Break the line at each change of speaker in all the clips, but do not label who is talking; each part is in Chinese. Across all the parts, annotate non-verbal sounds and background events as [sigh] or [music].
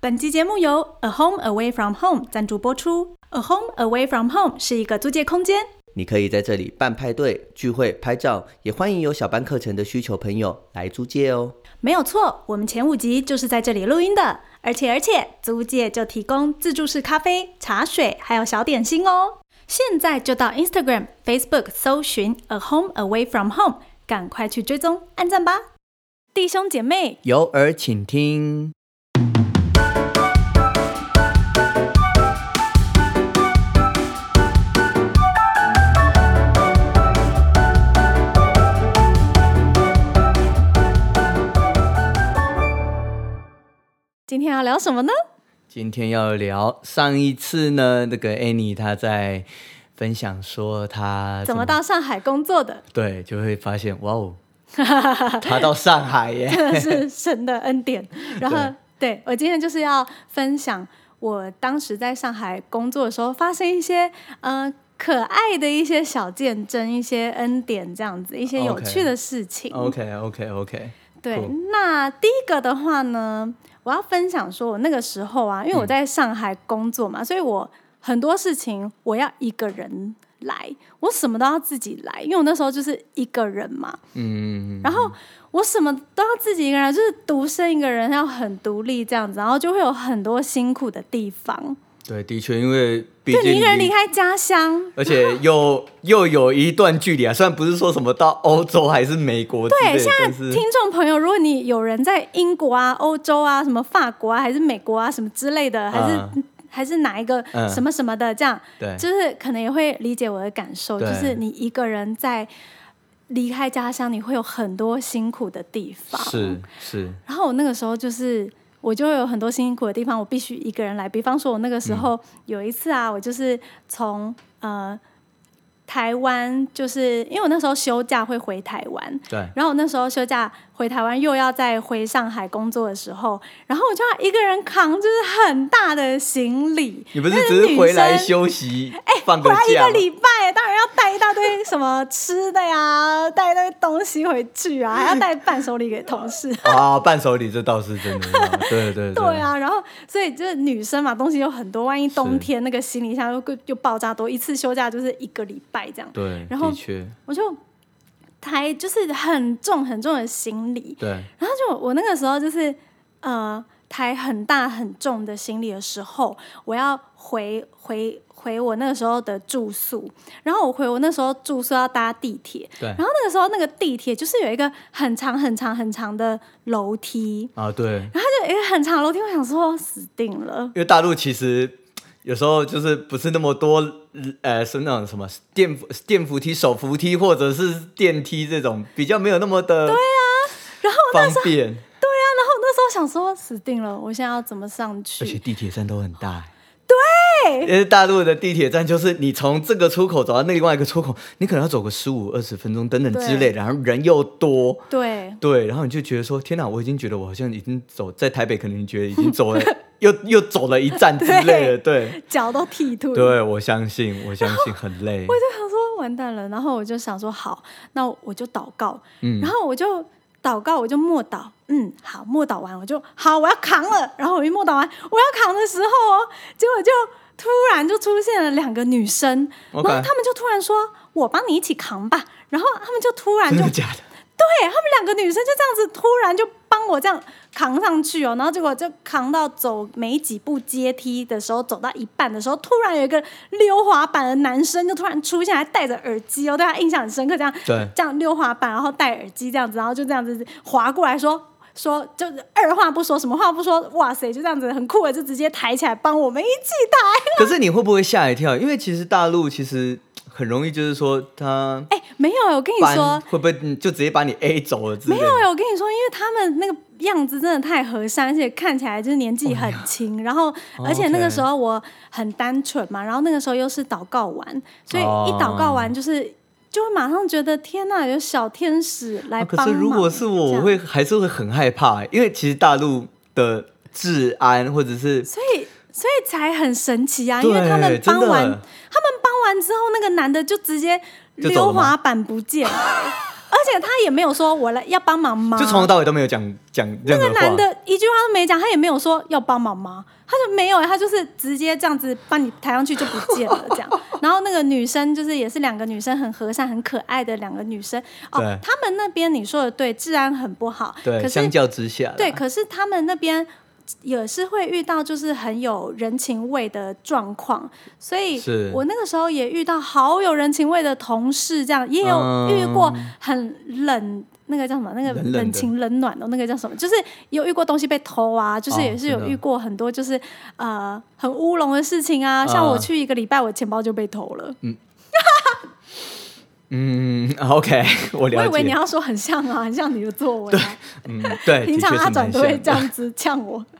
本期节目由 A Home Away from Home 赞助播出。A Home Away from Home 是一个租借空间，
你可以在这里办派对、聚会、拍照，也欢迎有小班课程的需求朋友来租借哦。
没有错，我们前五集就是在这里录音的。而且而且，租借就提供自助式咖啡、茶水，还有小点心哦。现在就到 Instagram、Facebook 搜寻 A Home Away from Home，赶快去追踪、按赞吧，弟兄姐妹。
有耳请听。
今天要聊什么呢？
今天要聊上一次呢，那个 Annie 她在分享说她
怎么到上海工作的，
对，就会发现
[laughs]
哇哦，她到上海 [laughs] 耶，
真的是神的恩典。然后，对我今天就是要分享我当时在上海工作的时候，发生一些呃可爱的一些小见证、一些恩典这样子，一些有
OK
趣的事情。
OK OK OK，
对
Cool
那第一个的话呢，我要分享说，我那个时候啊，因
嗯
为我在上海工作嘛，所以我很多事情我要一个人来，我什么都要自己来，因为我那时候就是一个人嘛，
嗯，
然后我什么都要自己一个人，就是独身一个人，要很独立这样子，然后就会有很多辛苦的地方。
对，的确，因为毕
对
竟
你一个人离开家乡，
而且又又有一段距离啊，虽然不是说什么到欧洲还是美国之类
对，
的，
现在
但是
听众朋友，如果你有人在英国啊、欧洲啊、什么法国啊，还是美国啊什么之类的，还是、
嗯
还是哪一个
嗯
什么什么的，这样、
对
就是可能也会理解我的感受，就
对
是你一个人在离开家乡，你会有很多辛苦的地方。
是是
然后我那个时候就是。我就有很多辛苦的地方，我必须一个人来。比方说，我那个时
嗯
候有一次啊，我就是从呃台湾，就是因为我那时候休假会回台湾，
对，
然后我那时候休假回台湾，又要再回上海工作的时候，然后我就要一个人扛，就是很大的行李。
你不是
那
只
女
是回来
生
休息，放
回
个
来一
假
个
吗，
礼拜，当然要带一大堆什么吃的呀，带一大堆东西回去啊，还要带伴手礼给同事。
啊，伴手礼这倒是真的，
[laughs]
对对对，
对啊，然后所以就是女生嘛，东西有很多，万一冬
是
天那个行李箱又又爆炸多，一次休假就是一个礼拜这样，
对，
然后
的确
我就抬就是很重很重的行李，
对，
然后就我那个时候就是呃抬很大很重的行李的时候，我要回回回我那个时候的住宿，然后我回我那时候住宿要搭地铁，
对
然后那个时候那个地铁就是有一个很长很长很长的楼梯，
啊对，
然后它就有一个很长的楼梯，我想说死定了。
因为大陆其实有时候就是不是那么多，呃，是那种什么电扶电扶梯、手扶梯或者是电梯这种比较没有那么的，对啊，
然后
方便，
然后我那时候想说死定了，我现在要怎么上去？
而且地铁站都很大。对，因为大陆的地铁站就是你从这个出口走到另外一个出口，你可能要走个十五二十分钟等等之类的，然后人又多，
对，
对，然后你就觉得说天哪，我已经觉得我好像已经走在台北，可能你觉得已经
[laughs]
走了又又走了一站之类的，对，
脚都剃秃。
对我相信，我相信很
[laughs]
累，
我就想说完蛋了，然后我就想说好，那我就祷告，
嗯
然后我就祷告，我就默祷，嗯，好，默祷完我就好，我要扛了，然后我一默祷完我要扛的时候哦，结果就突然就出现了两个女生
OK
然后她们就突然说我帮你一起扛吧，然后她们就突然
真
就
的假的？ [laughs]
对他们两个女生就这样子，突然就帮我这样扛上去哦，然后结果就扛到走没几步阶梯的时候，走到一半的时候，突然有一个溜滑板的男生就突然出现，还戴着耳机哦，对他印象很深刻，这样
对
这样溜滑板，然后戴耳机这样子，然后就这样子滑过来说。说就是二话不说，什么话不说，哇塞，就这样子很酷的，就直接抬起来帮我们一起抬。
可是你会不会吓一跳？因为其实大陆其实很容易就是说他
哎，没有，我跟你说
搬，会不会嗯就直接把你 A 走了之类
没有
的？
哎、我跟你说，因为他们那个样子真的太和善，而且看起来就是年纪很
哦
轻。然后，而且那个时候我很单纯嘛，然后那个时候又是祷告完，所以
哦
一祷告完就是、就会马上觉得天呐，有小天使来
啊
帮忙。
可是如果是我，
这
我
样
会还是会很害怕、欸因为其实大陆的治安或者是
所以所以才很神奇啊，因为他
对
们
真
帮
的
完，他们帮完之后，那个男的就直接
就走
溜
了吗 [laughs]
滑板不见了。而且他也没有说我来要帮忙吗？
就从头到尾都没有讲讲任
那
何
个
话。
男的一句话都没讲，他也没有说要帮忙吗？他就没有、他就是直接这样子把你抬上去就不见了
[laughs]
这样。然后那个女生就是也是两个女生很和善、很可爱的两个女生哦
对，
他们那边你说的对，治安很不好，
对，
可
相
是
较之下啦，
对，可是他们那边。也是会遇到就是很有人情味的状况，所以
是
我那个时候也遇到好有人情味的同事，这样也有遇过很冷。那个叫什么？那个
嗯冷冷的
冷情冷暖的，那个叫什么？就是有遇过东西被偷啊，就是
哦
也是
真
有
的
遇过很多就是、呃很乌龙的事情啊。像我去一个礼拜，我钱包就被偷了。
嗯，OK，我
[laughs] 我
了
以
解。
为你要说很像啊，很像你的作文、啊。
嗯，
[laughs]
对，
平
的确
常
是
阿转
蛮
都会
像
这
的。
样子呛我。 [laughs]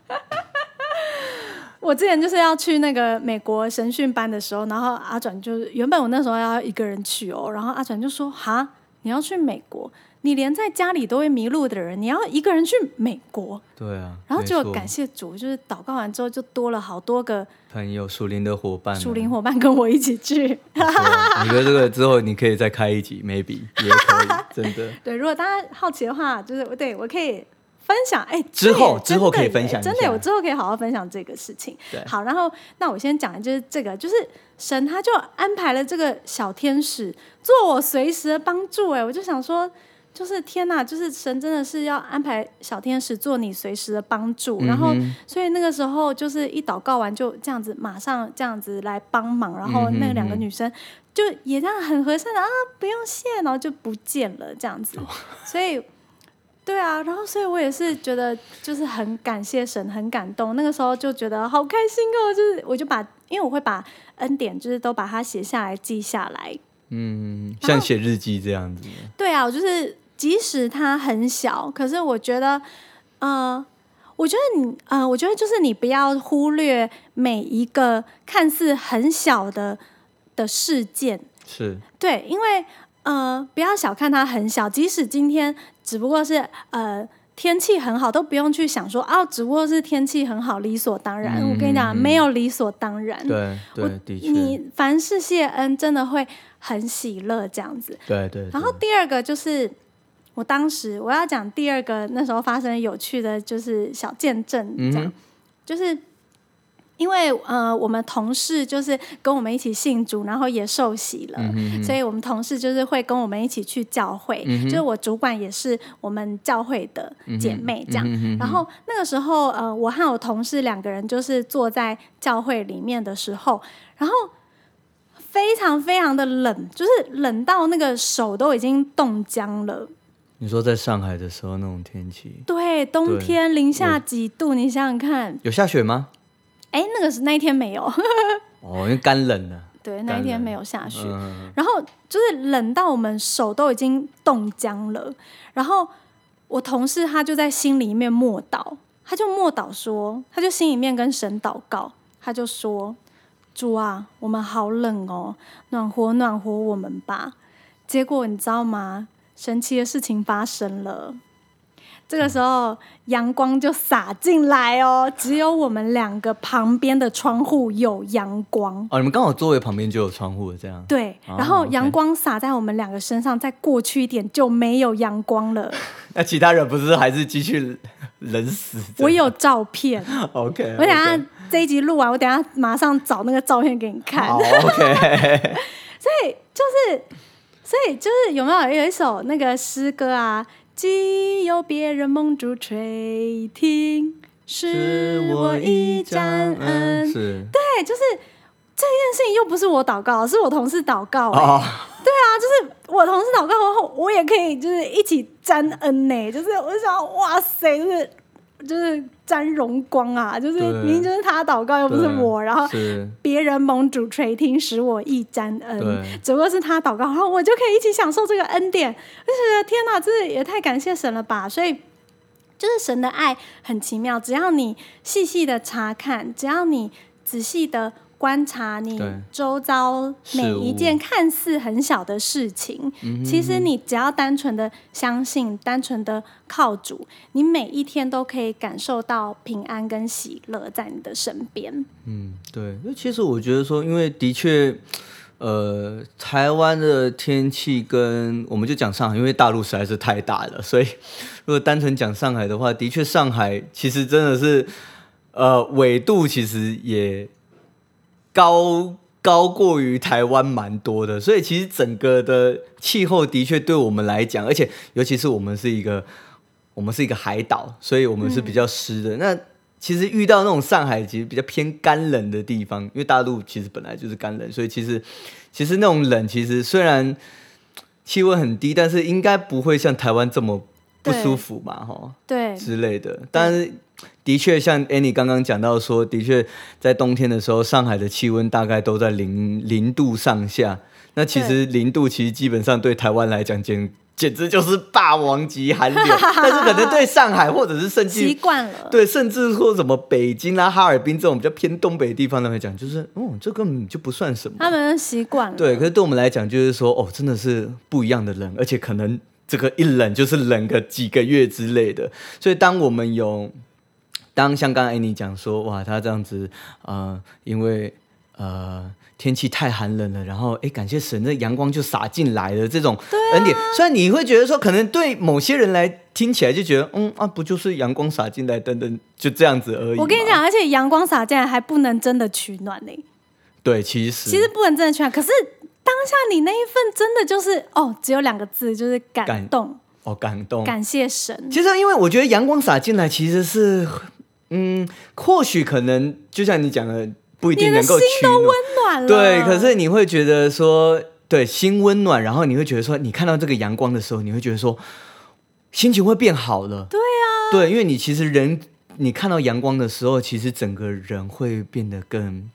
我之前就是要去那个美国神训班的时候，然后阿转就是原本我那时候要一个人去哦，然后阿转就说：“哈，你要去美国，你连在家里都会迷路的人，你要一个人去美国。
对啊”，
然后
没
结果
错
感谢主，就是祷告完之后就多了好多个
朋友属灵的伙伴啊，
属灵伙伴跟我一起去。
没错啊。我觉得这个之后你可以再开一集，maybe 也可
[laughs]
以，真的。
对，如果大家好奇的话，就是我对我可以分享，哎，
之后
这个
之后可以
真的耶
分享一
真的，
下
我之后可以好好分享这个事情
对。
好，然后那我先讲的就是这个，就是神他就安排了这个小天使做我随时的帮助，哎，我就想说。就是天呐，就是神真的是要安排小天使做你随时的帮助，
嗯
然后所以那个时候就是一祷告完就这样子，马上这样子来帮忙，然后那两个女生就也这样很和善的啊，不用谢，然后就不见了这样子，所以对啊，然后所以我也是觉得就是很感谢神，很感动。那个时候就觉得好开心哦，就是我就把，因为我会把恩典就是都把它写下来记下来。
嗯，像写日记这样子。
对啊，我就是即使它很小，可是我觉得，呃，我觉得你，呃，我觉得就是你不要忽略每一个看似很小的的事件，
是，
对，因为呃，不要小看它很小，即使今天只不过是呃天气很好，都不用去想说啊，只不过是天气很好，理所当然。我跟你讲，
嗯嗯嗯
没有理所当然。
对
嗯我
对，的确，对
你凡事谢恩，真的会很喜乐这样子。
对对。
然后第二个就是。我当时我要讲第二个那时候发生的有趣的就是小见证，
嗯
这
哼
样、就是因为呃我们同事就是跟我们一起信主，然后也受洗了，
嗯哼嗯
所以我们同事就是会跟我们一起去教会，就是我主管也是我们教会的姐妹这样。
嗯哼
然后那个时候，呃，我和我同事两个人就是坐在教会里面的时候，然后非常非常的冷，就是冷到那个手都已经冻僵了。
你说在上海的时候那种天气，
对，冬
对嗯
天零下
我
几度，你想想看，
有下雪吗？
哎，那个是那一天没有，
哦，因为干冷了。
对，那一
当
天
然
没有下雪。
嗯，
然后就是冷到我们手都已经冻僵了。然后我同事他就在心里面默祷，他就默祷说，他就心里面跟神祷告，他就说：“主啊，我们好冷哦，暖和暖和我们吧。”结果你知道吗？神奇的事情发生了。这个时候，阳光就洒进来哦，只有我们两个旁边的窗户有阳光。
哦，你们刚好座位旁边就有窗户，这样。
对，
哦
然后
OK
啊阳光洒在我们两个身上，再过去一点就没有阳光 [laughs] 了。
那其他人不是还是继续冷死
[laughs]
这
我
样？
有照 [laughs] 片，
OK，
我等下这一集录完，我等下马上找那个照片给你看。
好 OK，
所以就是，所以就是有没有有一首那个诗歌啊？既有别人梦中垂听，是我一沾恩。对，
是
就是这件事情又不是我祷告，是我同事祷告、欸。
哦，
就是我同事祷告完后，我也可以就是一起沾恩呢、就是我就想，哇塞，就是就是沾荣光啊，就是
对
明明就是他祷告，又不是
对
我，然后
是
别人蒙主垂听，使我亦沾恩
对，
只不过是他祷告，然后我就可以一起享受这个恩典，我就觉得天哪，这也太感谢神了吧！所以。就是神的爱很奇妙，只要你细细的查看，只要你仔细的观察你
对
周遭每一件看似很小的事情，其
嗯
实你只要单纯的相信、单纯的靠主，你每一天都可以感受到平安跟喜乐在你的身边。
嗯，对。那其实我觉得说，因为的确，呃，台湾的天气跟我们就讲上海，因为大陆实在是太大了，所以如果单纯讲上海的话，的确上海其实真的是，呃，纬度其实也高高过于台湾蛮多的，所以其实整个的气候的确对我们来讲，而且尤其是我们是一个我们是一个海岛，所以我们是比较湿的。那其实遇到那种上海其实比较偏干冷的地方，因为大陆其实本来就是干冷，所以其实其实那种冷其实虽然气温很低，但是应该不会像台湾这么不舒服嘛，哈
对，
之类的。但是的确像 Annie 刚刚讲到说，的确在冬天的时候，上海的气温大概都在零零度上下。那其实零度其实基本上对台湾来讲简简直就是霸王级寒流，但是可能对上海或者是
[laughs]
甚至
习惯了。
对，甚至说什么北京啦、哈尔滨这种比较偏东北的地方来讲，就是，嗯，这根本就不算什么。
他们习惯了。
对，可是对我们来讲，就是说，哦，真的是不一样的冷，而且可能这个一冷就是冷个几个月之类的。所以，当我们有，当像刚才你讲说，哇，他这样子，呃，因为呃天气太寒冷了，然后哎，诶感谢神，那阳光就洒进来了，这种
啊
恩典。虽然你会觉得说，可能对某些人来听起来就觉得，嗯啊，不就是阳光洒进来，等等，就这样子而已。
我跟你，讲，而且阳光洒进来还不能真的取暖呢、
对，其实
其实不能真的取暖，可是当下你那一份真的就是哦，只有两个字，就是感
感
动，
哦，感动，
感谢神。
其实，因为我觉得阳光洒进来其实是，嗯，或许可能就像你讲的，不一
你
定
的
能够
心
取
都温
暖。
暖了，
对，可是你会觉得说，对，心温暖，然后你会觉得说，你看到这个阳光的时候，你会觉得说，心情会变好了。对啊，对，因为你其实人，你看到阳光的时候，其实整个人会变得更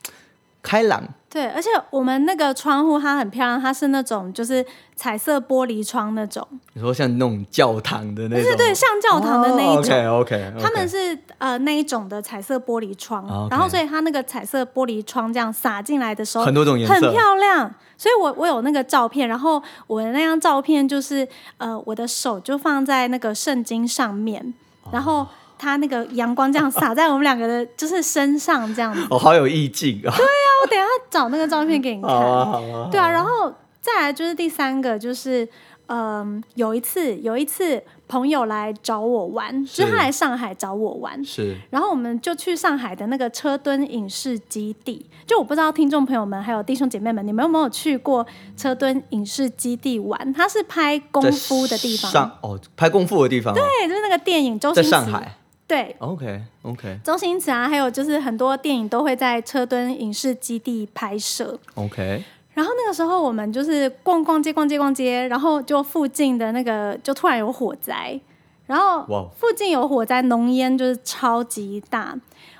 开朗。
对，而且我们那个窗户它很漂亮，它是那种就是彩色玻璃窗那种，
你说像那种教堂的那
就是
种，哦
对像教堂的那一种。
OK OK，
他们是呃那一种的彩色玻璃窗
哦，OK
然后所以它那个彩色玻璃窗这样洒进来的时候，
很多种颜色
很漂亮。所以我我有那个照片，然后我的那张照片就是呃我的手就放在那个圣经上面，
哦
然后它那个阳光这样洒在我们两个的就是身上这
[laughs]
样子。
哦，好有意境 [laughs] 啊！
那我等一下找那个照片给你
好啊，
看。
好啊，
对啊，然后再来就是第三个，就是嗯，有一次有一次朋友来找我玩，
是
就是他来上海找我玩，
是
然后我们就去上海的那个车墩影视基地。就我不知道听众朋友们还有弟兄姐妹们，你们有没有去过车墩影视基地玩？它是拍功夫的地
在
方，
上哦，拍功夫的地方、哦，
对，就是那个电影周
在
星驰
上海。
对
OK OK
周星驰啊，还有就是很多电影都会在车墩影视基地拍摄。
OK，
然后那个时候我们就是逛逛街、逛街、逛街，然后就附近的那个就突然有火灾，然后
哇哦
附近有火灾，浓烟就是超级大，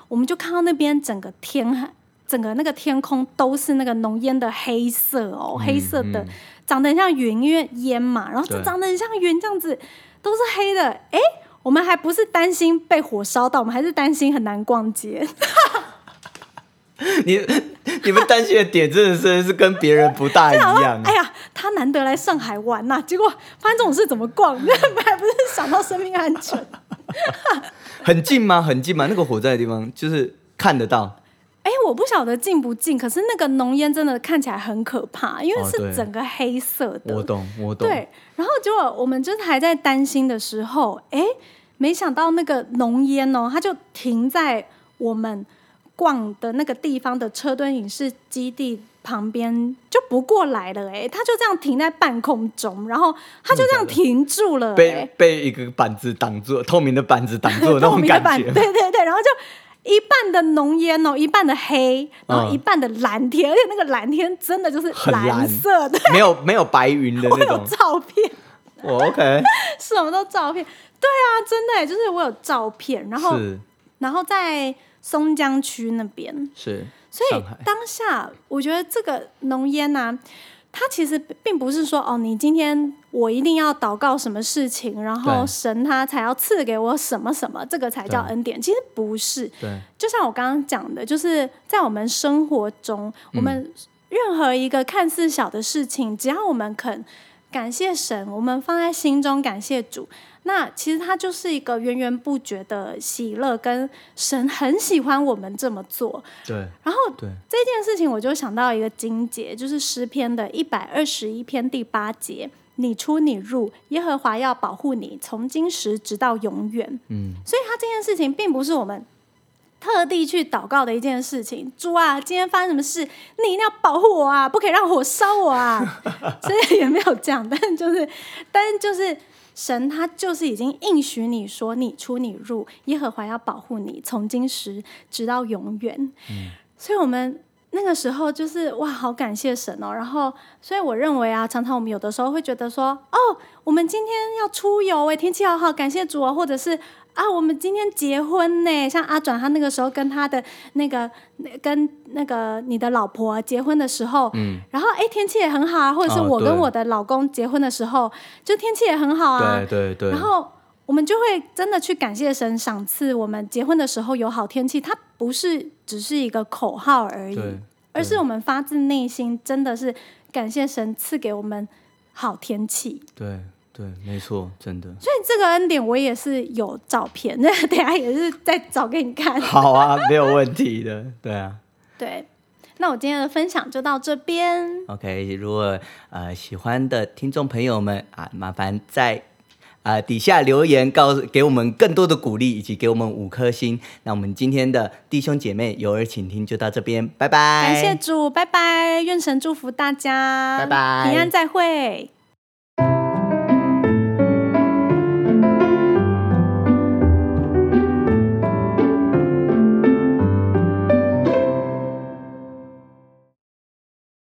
我们就看到那边整个天，整个那个天空都是那个浓烟的黑色哦，黑色的，长得很像云，因为烟嘛，然后就
嗯对
长得很像云这样子，都是黑的，诶，我们还不是担心被火烧到，我们还是担心很难逛街。
[laughs] 你 [laughs] 你们担心的点真的是是跟别人不大一样啊
哎。呀，他难得来上海玩呐、结果发生这种事怎么逛？ [laughs] 那还不是想到生命安全？
很近吗？很近吗？那个火灾的地方就是看得到，
[laughs] 哎，我不晓得近不近，可是那个浓烟真的看起来很可怕，因为
哦
是
对
整个黑色的。
我懂，我懂。
对，然后结果我们就是还在担心的时候，哎，没想到那个浓烟哦，它就停在我们逛的那个地方的车墩影视基地旁边，就不过来了，哎，它就这样停在半空中，然后它就这样停住了，哎
嗯被。被一个板子挡住，透明的板子挡住的那
透
种
明的
感
板，
觉。
[laughs] 对对对，然后就一半的浓烟哦，一半的黑，然后
嗯
一半的蓝天，而且那个蓝天真的就是
很蓝
蓝色的，
没有没有白云的
我
[laughs] 那
有
种，
照片，
我 OK，
什么都照片，对啊，真的耶就是我有照片， [laughs] 然后
是
然后在松江区那边，
是，
所以
上海
当下我觉得这个浓烟呐、它其实并不是说哦，你今天我一定要祷告什么事情，然后
对
神他才要赐给我什么什么，这个才叫
对
恩典。其实不是，
对
就像我刚刚讲的，就是在我们生活中，我们任何一个看似小的事情，只要我们肯感谢神，我们放在心中感谢主。那其实它就是一个源源不绝的喜乐，跟神很喜欢我们这么做。
对
然后
对，
这件事情，我就想到一个经节，就是诗篇的一百二十一篇第八节：“你出你入，耶和华要保护你，从今时直到永远。”
嗯，
所以他这件事情并不是我们特地去祷告的一件事情。主啊，今天发生什么事，你一定要保护我啊，不可以让火烧我啊。 [laughs] 所以也没有这样，但就是，但就是。神他就是已经应许你说，你出你入，耶和华要保护你，从今时直到永远。所以我们那个时候就是哇，好感谢神哦。然后，所以我认为啊，常常我们有的时候会觉得说，哦，我们今天要出游诶，天气好好，感谢主哦，或者是。啊，我们今天结婚呢，像阿转他那个时候跟他的那个那跟那个你的老婆结婚的时候，嗯，然后哎天气也很好啊，或者是
哦
我跟
对
我的老公结婚的时候，就天气也很好啊，
对对对，
然后我们就会真的去感谢神赏赐我们结婚的时候有好天气，它不是只是一个口号而已，
对，
而是我们发自内心真的是感谢神赐给我们好天气。
对对，没错，真的。
所以这个恩典我也是有照片， [laughs] 那等一下也是再找给你
[laughs]
看。
好啊，没有问题的，对啊。
对，那我今天的分享就到这边，
OK，如果呃喜欢的听众朋友们啊，麻烦在啊、底下留言告诉给我们更多的鼓励，以及给我们五颗星。那我们今天的弟兄姐妹有耳请听就到这边，拜拜。
感谢主，拜拜，愿神祝福大家，
拜拜
平安再会。